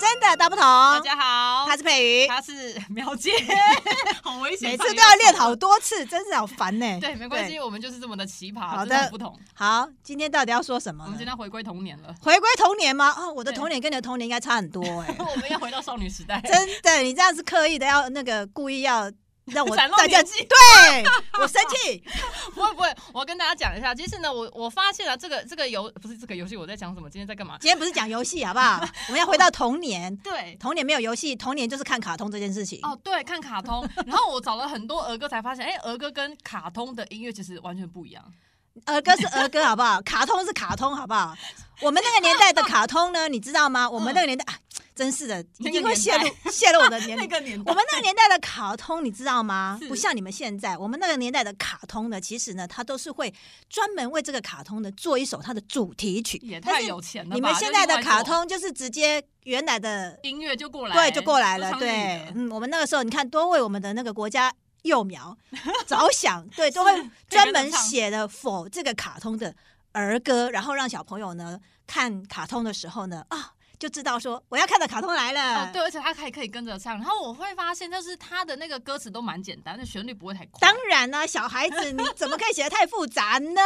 真的大不同。大家好，啊他是佩瑜，他是 苗姐，好危险，每次都要练好多次，真是好烦呢。 对，没关系，我们就是这么的奇葩，好的真不同。好，今天到底要说什么我们今天呢？要回归童年了， 回归童年吗？哦，我的对。童年跟你的童年应该差很多哎 我们要回到少女时代。 真的，你这样是刻意的，要那个故意要让我 展露大家年纪对 我生气。不会不会，我要跟大家讲一下，其实呢，我我发现了啊这个这个游不是这个游戏，我在讲什么？今天在干嘛？今天不是讲游戏好不好？我们要回到童 年，对。童年没有游戏，童年就是看卡通这件事情。哦，对，看 卡通，然后我找了很多儿歌，才发现，哎，儿歌跟卡通的音乐其实完全不一样。儿歌是儿歌，好不 好？卡通是卡通，好不好？我们那个年代的卡通呢，你知道嗯吗？我们那个年代，啊真是的，一定会泄那个露泄露我的年 那龄。个年代，我们那个年代的卡通，你知道吗是？不像你们现在，我们那个年代的卡通呢，其实呢，它都是会专门为这个卡通呢做一首它的主题曲。也太但是有钱了吧！你们现在的卡就另外通就是直接原来的做音乐就过来，对就过来了不，参与对的，嗯，我们那个时候你看多为我们的那个国家幼 苗着想，对，都会 专门写的否这个卡通的儿歌，然后让小朋友呢看卡通的时候呢啊。就知道说我要看的卡通来了，哦，对，而且他还可以跟着唱。然后我会发现，就是他的那个歌词都蛮简单，那旋律不会太快。当然啦、小孩子你怎么可以写的太复杂呢？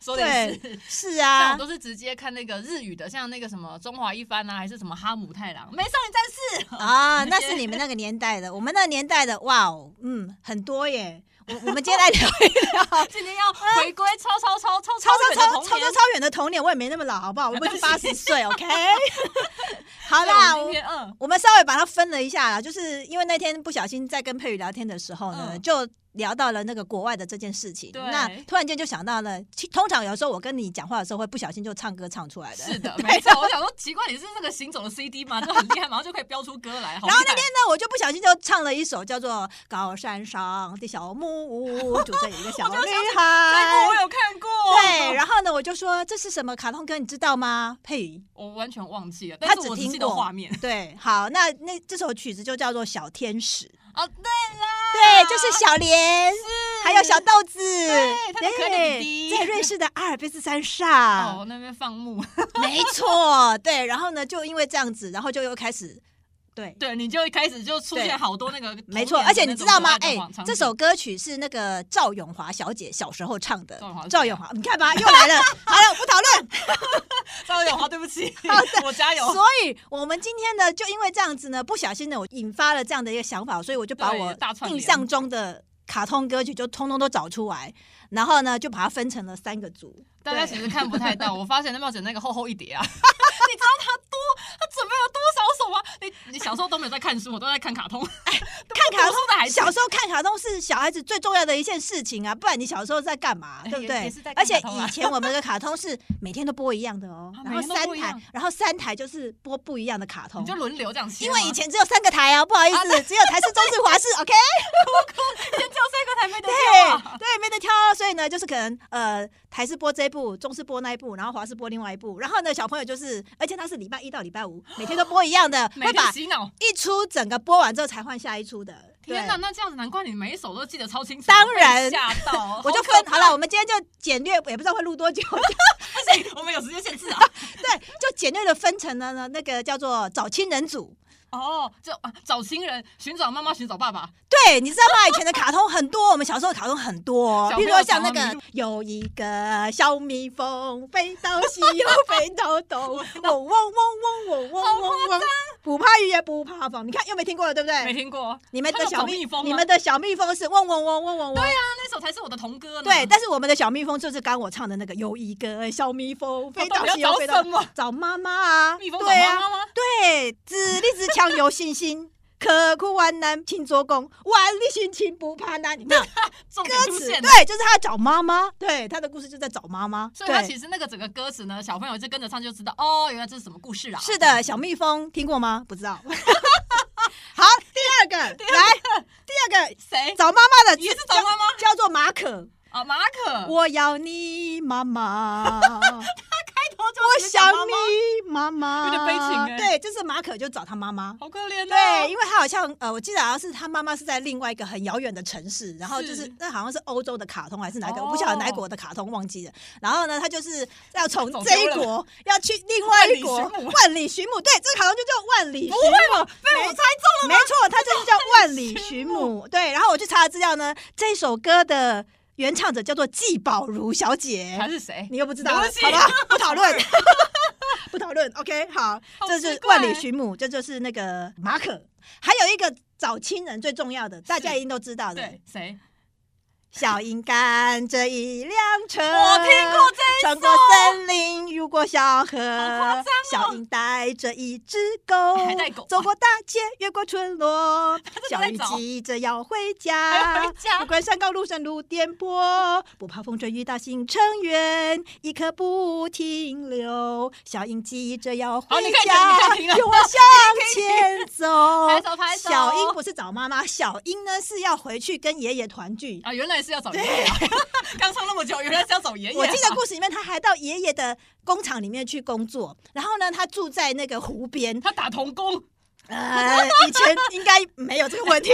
说的也是，是 像啊我，都是直接看那个日语的，像那个什么《中华一番》啊，还是什么《哈姆太郎》《美少女战士》啊，那是你们那个年代的，我们那个年代的，哇哦，嗯，很多耶。我我们今 天来聊一聊超今天要回归超超 超超超嗯超远的超超童超年超远的童年，我也没那么老，好不好？我们是八十 岁，OK 。 好对啦，我我们今天嗯，我们稍微把它分了一下啦，就是因为那天不小心在跟佩宇聊天的时候呢，嗯就聊到了那个国外的这件事情。对那突然间就想到了，其通常有时候我跟你讲话的时候会不小心就唱歌唱出来的。 是的，没错。我想说，奇怪，你是这个行走的 CD 吗？就很厉害，马上就可以标出歌来。然然后那天呢，我就不小心就唱了一首叫做《高山上的小木屋》，住着一个 小女这一部我孩。有看过， 对，然后呢，我就说这是什么卡通歌，你知道吗？佩瑜，我完全忘记了，他但只是我只听记得过 画面。对，好，那那这首曲子就叫做《小天使》，哦，对啦，对，就是小莲，还有小豆子，对他的可爱的对弟弟在瑞士的阿尔卑斯山上，哦那边放牧，没错，对。然后呢，就因为这样子，然后就又开始，对，对，你就一开始就出对现好多那个童年的那种可爱的没错，而且你知道吗？哎、广场这 首歌曲是那个赵咏华小姐小时候唱的赵咏华。是啊赵咏华，你看吧，又来了。好了，不讨论。赵咏华，哦对 不起好，我加油。所以我们今天呢，就因为这样子呢，不小心呢，我引发了这样的一个想法，所以我就把对我大串联印象中的。卡通歌曲就通通都找出来，然后呢，就把它分成了三个组。大家对其实看不太到，我发现那帽子那个厚厚一叠啊，你 知道他多他准备了多少首吗？你你小时候都没有在看书，我都在看卡通，哎看卡读书的孩通，子小时候看卡通是小孩子最重要的一件事情啊，不然你小时候在干嘛，哎对不也也对是在？看而且卡通啊以前我们的卡通是每天都播一样的哦， 啊然每后天都三播一样台，然后三台就是播不一样的卡通你就。轮流这样切因吗。为以前只有三个台啊，不好意啊思，只有台视、中视、华视，OK？以前只有这个台没得跳啊， 对对，没得挑，所以呢，就是可能呃，台视播这一部，中视播那一部，然后华视播另外一部，然后呢，小朋友就是，而且他是礼拜一到礼拜五每天都播一样 的，每会把天洗脑。一出整个播完之后才换下一出的。天对哪，那这样子难怪你每一首都记得超清楚，当被然吓到， 我就好可分好了，我们今天就简略，也不知道会录多久， 怕我们有时间限制啊。对，就简略的分成了呢，那个叫做找亲人组。哦，就啊找亲人，寻找妈妈，寻找爸爸，对，你知道吗？以前的卡通很多，我们小时候的卡通很多，哦小比朋如友说像那常常迷个有一个小蜜蜂飞到西又飞到东，嗡 嗡嗡嗡嗡嗡嗡嗡，不怕雨也不怕风。你看又没听过了，对不对？没听过。你们的他小有找蜜蜂吗啊你们的小蜜蜂是嗡嗡嗡嗡嗡嗡。对啊，那首才是我的童歌呢。对，但是我们的小蜜蜂就是刚我唱的那个，有一个小蜜蜂飞到西又飞哦到到底要找什么找妈妈啊，蜜蜂找对啊妈妈吗？对，自立自强有信 心，刻苦万难勤做工，万里寻亲不怕难。你看重点歌出词，现了对，就是他找妈妈，对，他的故事就在找妈妈。所以他其实实那个整个歌词呢，小朋友就跟着唱就知道哦，原来这是什么故事啊？是的，小蜜蜂听过吗？不 知道。好，第二个来，第二个谁找妈妈的哎也是找妈嗯妈叫叫做马可，啊？马可， 我要你妈妈。开头就我直接讲想妈妈，你妈妈，有点悲情欸对，这次马可就找他妈妈。好可怜哦。对，因为他好像呃，我记得好像是他妈妈是在另外一个很遥远的城市，然后就是是那好像是欧洲的卡通还是哪个，哦我不晓得哪一国的卡通忘记了。然后呢，他就是要从走丢这一了国 要去另外一国万里寻母万里寻母，对，这个卡通就叫万里寻不会母吧，？被我猜中没错，它就是叫万里寻母。对，然后我去查了资料呢，这首歌的原唱者叫做季宝如小姐，了，他是谁？你又不知道了对不起好吧？不讨 论，不讨论。OK，好，好这就是奇怪万里寻母，这就是那个马可，还有一个找亲人最重要的，大家一定都知道的对，，谁？小鹰赶着一辆车，我听过这一穿首过森林，游过小河，夸张哦小鹰带着一 只狗，还带狗啊走过大街，越过村 落，小在鹰找急着要回还 家，回家不管山高路深路颠簸，不怕风吹雨打心成员，一刻不停留。小鹰急着要回好你可以家，停你可以停了跟我向前走。 拍手拍手小鹰不是找妈妈，小鹰呢是要回去跟爷爷团聚。啊，原来是要找爷爷啊！ 刚唱那么久，原来是要找爷爷啊。我记得故事里面，他还到爷爷的工厂里面去工作，然后呢，他住在那个湖 边。他打童工，呃，以前应该没有这个问题。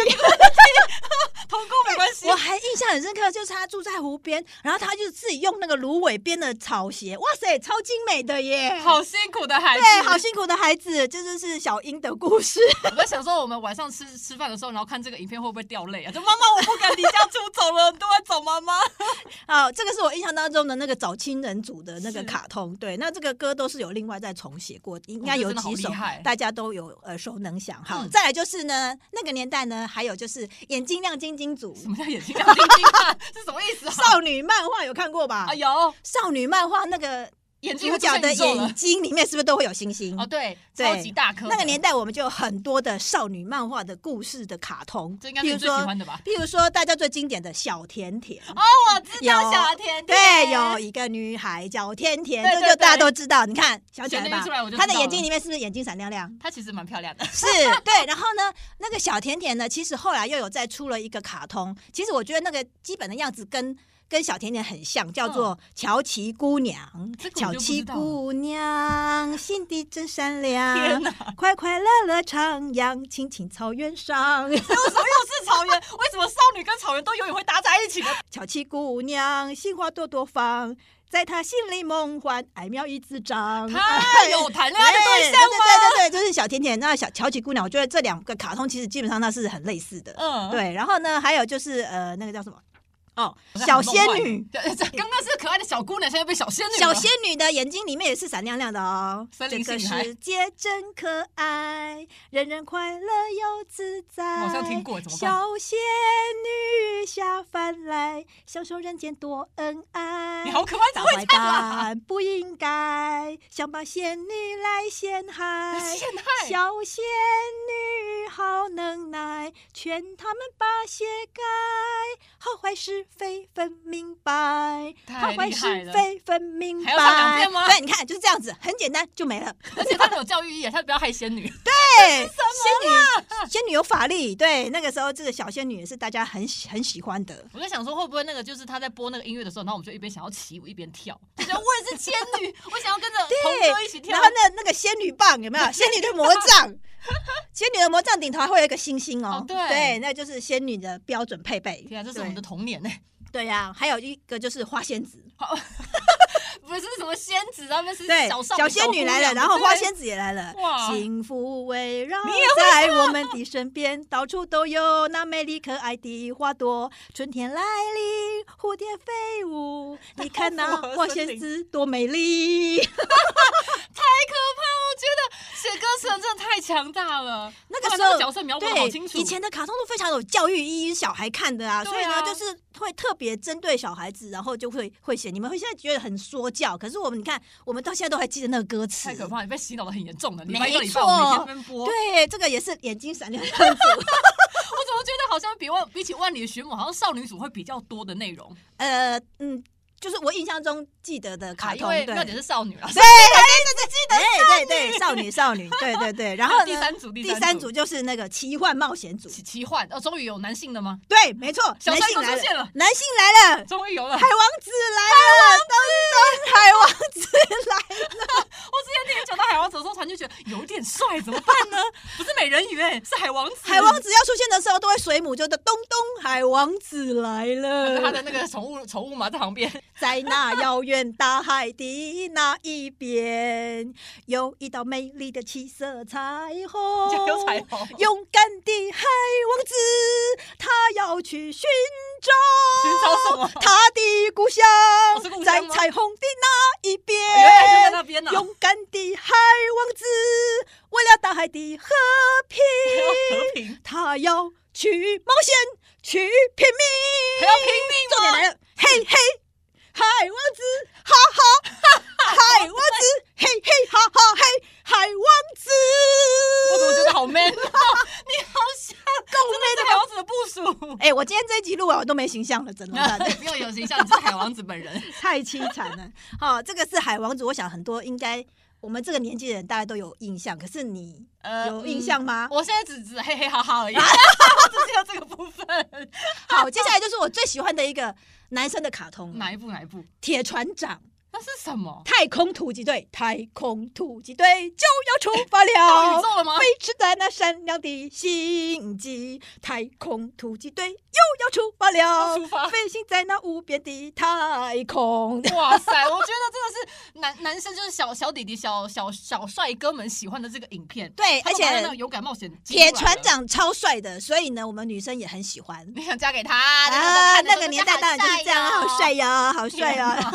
童工没关系我。还印象很深刻，就是他住在湖边，然后他就自己用那个芦苇编的草鞋，哇塞，超精美的 耶！好辛苦的孩子，对，好辛苦的孩子，这就是小英的故事。 我在想说，我们晚上吃吃饭的时候，然后看这个影片会不会掉泪啊？就妈妈，我不敢离家出走了，都在找妈 妈。啊，这个是我印象当中的那个找亲人组的那个是卡通，对，那这个歌都是有另外再重写过，应该哦这有真的好几厉首害大家都有耳熟能详。好，嗯再来就是呢，那个年代呢，还有就是眼睛亮晶晶组什么叫眼睛亮晶晶啊？ 是什么意思啊？少女漫画，有看过吧啊，？有少女漫画那个眼睛主角的会出现宇宙了眼睛里面是不是都会有星星？哦，对，对超级大颗的。那个年代我们就有很多的少女漫画的故事的卡通，这应该比是如你最喜说欢的吧？譬如说大家最经典的小甜甜，哦，我知有道小甜甜，对，有一个女孩叫甜甜，对这对就大家对都知道。你看，想起小来甜吧甜一出来我？就她知的道眼睛了？里面是不是眼睛闪亮亮 她其实蛮漂亮的。是对。然后呢，那个小甜甜呢，其实后来又有再出了一个卡通，其实我觉得那个基本的样子跟。跟小甜甜很像，叫做乔琪姑娘。嗯这个乔我就不琪知道了姑娘心地真善天良，哪，快快乐乐徜徉，青青草原上。 为什么又是草原？为什么少女跟草原都永远会搭在一起呢？巧妻姑娘，心花朵朵放，在她心里梦幻，爱妙一滋长。哎她 有啊谈恋爱的嗯对象吗？对对对对对，就是小甜甜，那小乔琪姑娘，我觉得这两个卡通其实基本上它是很类似的。嗯，对，然后呢，还有就是呃，那个叫什么？哦，小好像很仙梦幻女，，对这刚刚是可爱的小姑娘，现在变小仙女了。小仙女的眼睛里面也是闪亮亮的哦。森这林个系女孩世界真可爱，人人快乐又自在。好像听过怎么办小仙女下凡来，享受人间多恩爱。你好可爱，怎大么会坏这样啊？蛋不应该想把仙女来陷害，陷害小仙女好能耐，劝他们把鞋盖，好坏是非分明白，好太坏厉是害了非分明白。还要唱两遍吗对，你看就是这样子，很简单就没 了。而且她很有教育意义，她不要害仙女。对，仙女哎仙女有法力，对，那个时候这个小仙女也是大家很喜很喜欢的。我在想说，会不会那个就是她在播那个音乐的时候，然后我们就一边想要起舞一边跳，就觉得我也是仙 女，我想要跟着对同桌一起跳然后。那那个仙女棒有没 有？仙女的魔杖，仙女的魔杖顶头还会有一个星星哦。哦对那就是仙女的标准配备。对啊，这是我们的童年呢、对呀、还有一个就是花仙子，不是什么仙子，他们是对，哦小少小女仙女姑来了，娘然后对花仙子也来了，哇幸福围绕在我们的身边，到处都有那美丽可爱的花朵。春天来临，蝴蝶飞舞，你看那好符合花森仙林子多美 丽。写歌词人真的太强大了。那个哇时候那角色描绘的好清楚，对，以前的卡通都非常有教育意义，小孩看的啊，对啊所以呢，就是会特别针对小孩子，然后就会会写。你们会现在觉得很说教，可是我们你看，我们到现在都还记得那个歌词，太可怕，你被洗脑的很严重的。礼拜没一到礼拜错五每天分播，对，这个也是眼睛闪亮亮 子。我怎么觉得好像比万比起万里的寻母，好像少女组会比较多的内容。呃，嗯。就是我印象中记得的卡啊，因通，为对妙姐是少女了，对对对对对对少女少女，对对对。然后呢第三组，第三组就是那个奇幻冒险组，奇奇幻哦，终于有男性的吗？对，没错，小男帅性哥来出现了，了，啊男性来了。终于有了。海王子来了，东东海王子来了，我之前第一讲到海王子的时候，传就觉得有点帅，怎么办 呢？不是美人鱼哎、是海王子。海王子要出现的时候都会水母就的东东海王子来就是 他了，的那个宠物宠物嘛，在旁边。在那遥远大海的那一边，有一道美丽的七色彩虹，有 彩虹勇敢的海王子，他要去寻 找寻找什么他的故乡哦是故，乡在吗哦彩虹的那一边。原来哎就在那边呢、啊。勇敢的海王子，为了大海的和平，还要和 平，他要去冒险，去拼命。还要拼命吗？重点来了，嘿嘿，海王子，哈 哈，海王子，嘿嘿，哈哈嘿，海王子。我怎么觉得好 man 啊？你好像够 man 的海王子的部署。哎、我今天这一集录完，我都没形象了， 怎么办？ 不用有形象，你是海王子本人。太凄惨了。好、这个是海王子，我想很多应该我们这个年纪的人大家都有印象，可是你 呃有印象吗嗯我现在只只嘿嘿哈哈 而已， 我只记得这个部分。好，接下来就是我最喜欢的一个男生的卡通，哪一部？哪一部？铁船长。那是什么？太空突击队，太空突击队就要出发 到宇了。宙了吗？飞驰在那闪亮的星际，太空突击队又要出发了。出发飞行在那无边的太空。 哇塞，我觉得真的是男男生就是小小弟弟、小小小帅哥们喜欢的这个影片。对，他而们把那个且勇敢冒险，铁船，长超帅的，所以呢，我们女生也很喜欢。 你想嫁给他啊那个年代当然就是这样啊，好帅。呀，好帅 天哪呀！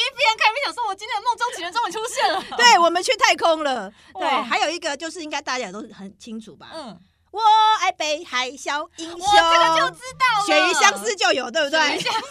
一啊边看一边想说，我今天的梦中情人终于出现 了。对，我们去太空了。对，哇还有一个就是应该大家都很清楚吧？嗯，我爱北海小英雄，我这个就知道了，鳕鱼相思就有，对不对，对？相思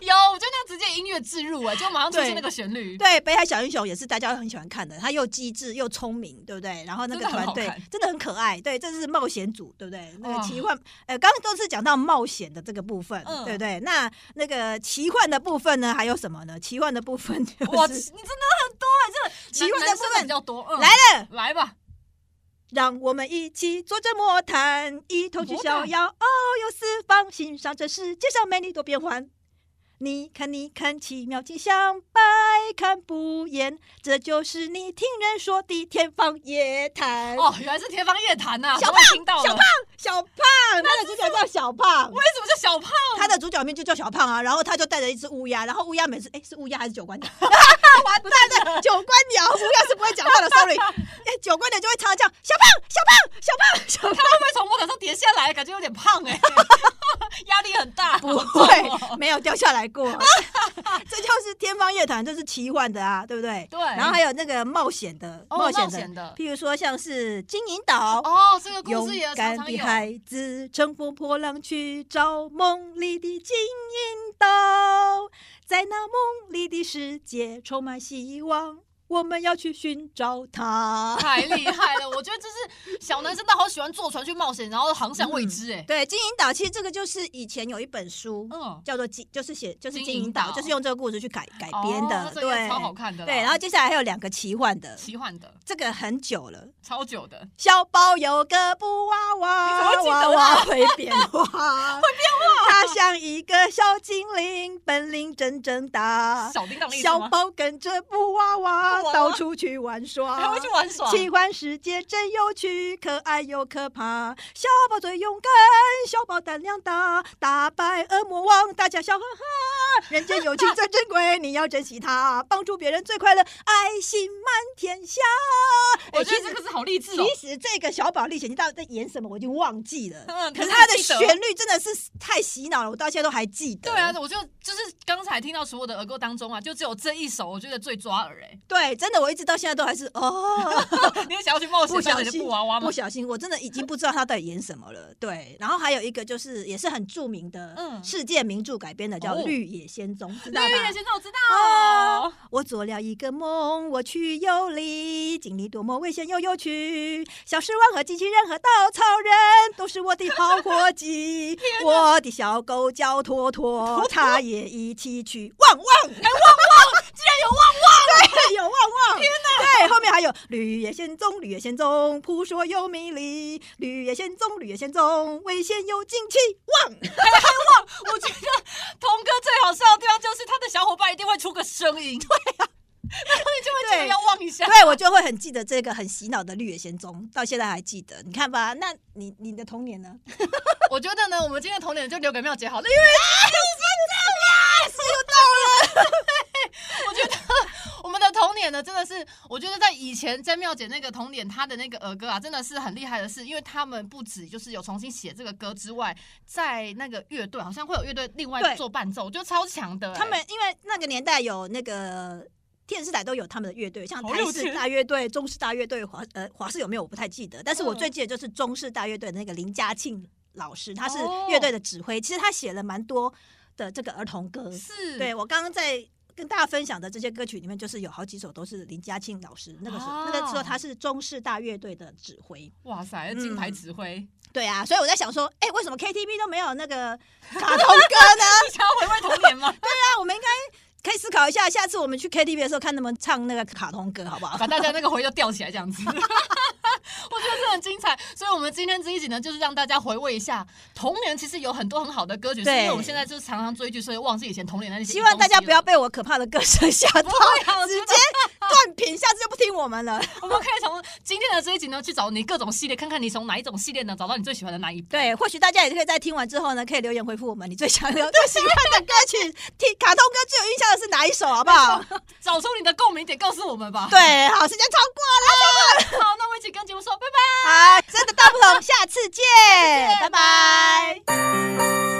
有，我觉得那直接音乐置入哎，就马上出现那个旋律，对，北海小英雄也是大家很喜欢看的，他又机智又聪明，对不对？然后那个真的很团好队看真的很可爱，对，这是冒险组，对不对？那哇个奇幻，呃，刚刚都是讲到冒险的这个部分，嗯对不对？那那个奇幻的部分呢，还有什么呢？奇幻的部分就哇，你是真的很多哎，这个奇幻的男部生分比较多，嗯来了，来吧，让我们一起坐着魔毯，一同去逍遥遨游四方，欣赏这世界上美丽多变幻。你看，你看，奇妙景象，百看不厌。这就是你听人说的天方夜谭。哦，原来是天方夜谭呐，哎小我也听到了，小胖小胖，他的主角叫小胖，为什么叫小胖？他的主角名就叫小胖啊。然后他就带着一只乌鸦，然后乌鸦每次哎是乌鸦还是九官鸟？ 完蛋了，九官鸟，乌鸦是不会讲话的，sorry。哎， 九官鸟就会常常叫小胖，小胖，小胖，小胖。他会不会从魔毯上跌下来？感觉有点胖 哎，压力很大，不 会，没有掉下来过。这就是天方夜谭，这是奇幻的啊，对不对？对然后还有那个冒险的，哦险冒险的譬如说像是金银岛。哦，这个故勇事也常敢常的有。孩子乘风破浪去找梦里的金银岛，在那梦里的世界充满希望，我们要去寻找 它。太厉害了！我觉得这是小男生，他好喜欢坐船去冒险，然后航向未知、哎、对，金银岛其实这个就是以前有一本书，嗯，叫做金，就是写就是金金银银岛，岛就是用这个故事去改改编的，哦、这个对，也超好看的啦，对，然后接下来还有两个奇幻的，奇幻的，这个很久了。超久的，小宝有个布娃你娃，怎么记得啊娃娃会变化， 会变化。它像一个小精灵，本领真正大。小叮当的意思啊小吗？宝跟着布娃布娃娃娃到处去玩还耍会去。玩耍，奇幻世界真有趣，可爱又可怕。小宝最勇敢，小宝胆量大，打败恶魔王，大家笑哈哈。人间友情最珍贵，你要珍惜它，帮助别人最快乐，爱心满天下。我哎觉其得这实个是好励志哦。其实这个小宝历险记到底在演什么，我已经忘记了。嗯可可是是它的你记得旋律真的是太洗脑了，我到现在都还记得。对啊，，我就就是刚才听到所有的儿歌当中啊，就只有这一首我觉得最抓耳哎、 对，真的，我一直到现在都还是哦。你也想要去冒险不扮小你的心布娃娃吗不？小心，我真的已经不知道他到底演什么了。对，然后还有一个就是也是很著名的嗯世界名著改编的叫哦《绿野仙踪》，知道绿野吧？仙踪我知哦道，我做了一个梦，我去游历，经历多么危险又有趣。小时王和机器人和稻草人都是我的好伙计。我的小狗叫托托，它也一起去汪汪。竟然有忘有旺旺，天哪！对，后面还有绿野仙踪，绿野仙踪，扑朔又迷离，绿野仙踪，绿野仙踪，危险又惊奇，旺！我觉得童哥最好笑的地方就是他的小伙伴一定会出个声音，对呀、 然后你就会觉得啊对要望 一下。对，我就会很记得这个很洗脑的绿野仙踪，到现在还记得。你看吧，那你你的童年呢？我觉得呃呢，我们今天的童年就留给妙姐好了，因为有到了。我觉得我们的童年呢，真的是，我觉得在以前，在妙姐那个童年，她的那个儿歌啊，真的是很厉害的是，因为他们不止就是有重新写这个歌之外，在那个乐队好像会有乐队另外对做伴奏，我觉得超强的欸、他们因为那个年代有那个。电视台都有他们的乐队，像好台有式钱大乐队、中式大乐队、华呃华式有没有我不太记得，但是我嗯最记得就是中式大乐队的那个林嘉庆老师，他是哦乐队的指挥，其实他写了蛮多的这个儿童歌，是对我刚刚在跟大家分享的这些歌曲里面，就是有好几首都是林嘉庆老师那个时候、那个时候哦他是中式大乐队的指挥，哇塞，金牌指 挥，对啊，所以我在想说，哎、为什么 KTV 都没有那个卡通歌呢？ 你想要回味童年吗？对啊，我们应该可以思考一下，下次我们去 KTV 的时候，看他们唱那个卡通歌，好不好？把大家那个回就吊起来这样子。我觉 得这很精彩，所以我们今天这一集呢，就是让大家回味一下童年。其实有很多很好的歌曲，是因对为我们现在就是常常追剧，所以忘记以前童年的那些。希望大家不要，被我可怕的歌声吓到不会啊，我，直觉得接断片，下次就不听我们了。我们可以从今天的这一集呢，去找你各种系列，看看你从哪一种系列呢找到你最喜欢的那一部。对，或许大家也可以在听完之后呢，可以留言回复我们，你最想要、最喜欢的歌曲，听卡通歌最有印象的是哪一首，好不好？找出你的共鸣点，告诉我们吧。对，好，时间超过了，好，那我一起跟节目说，拜拜。好，真的大不同， 下次见，拜拜。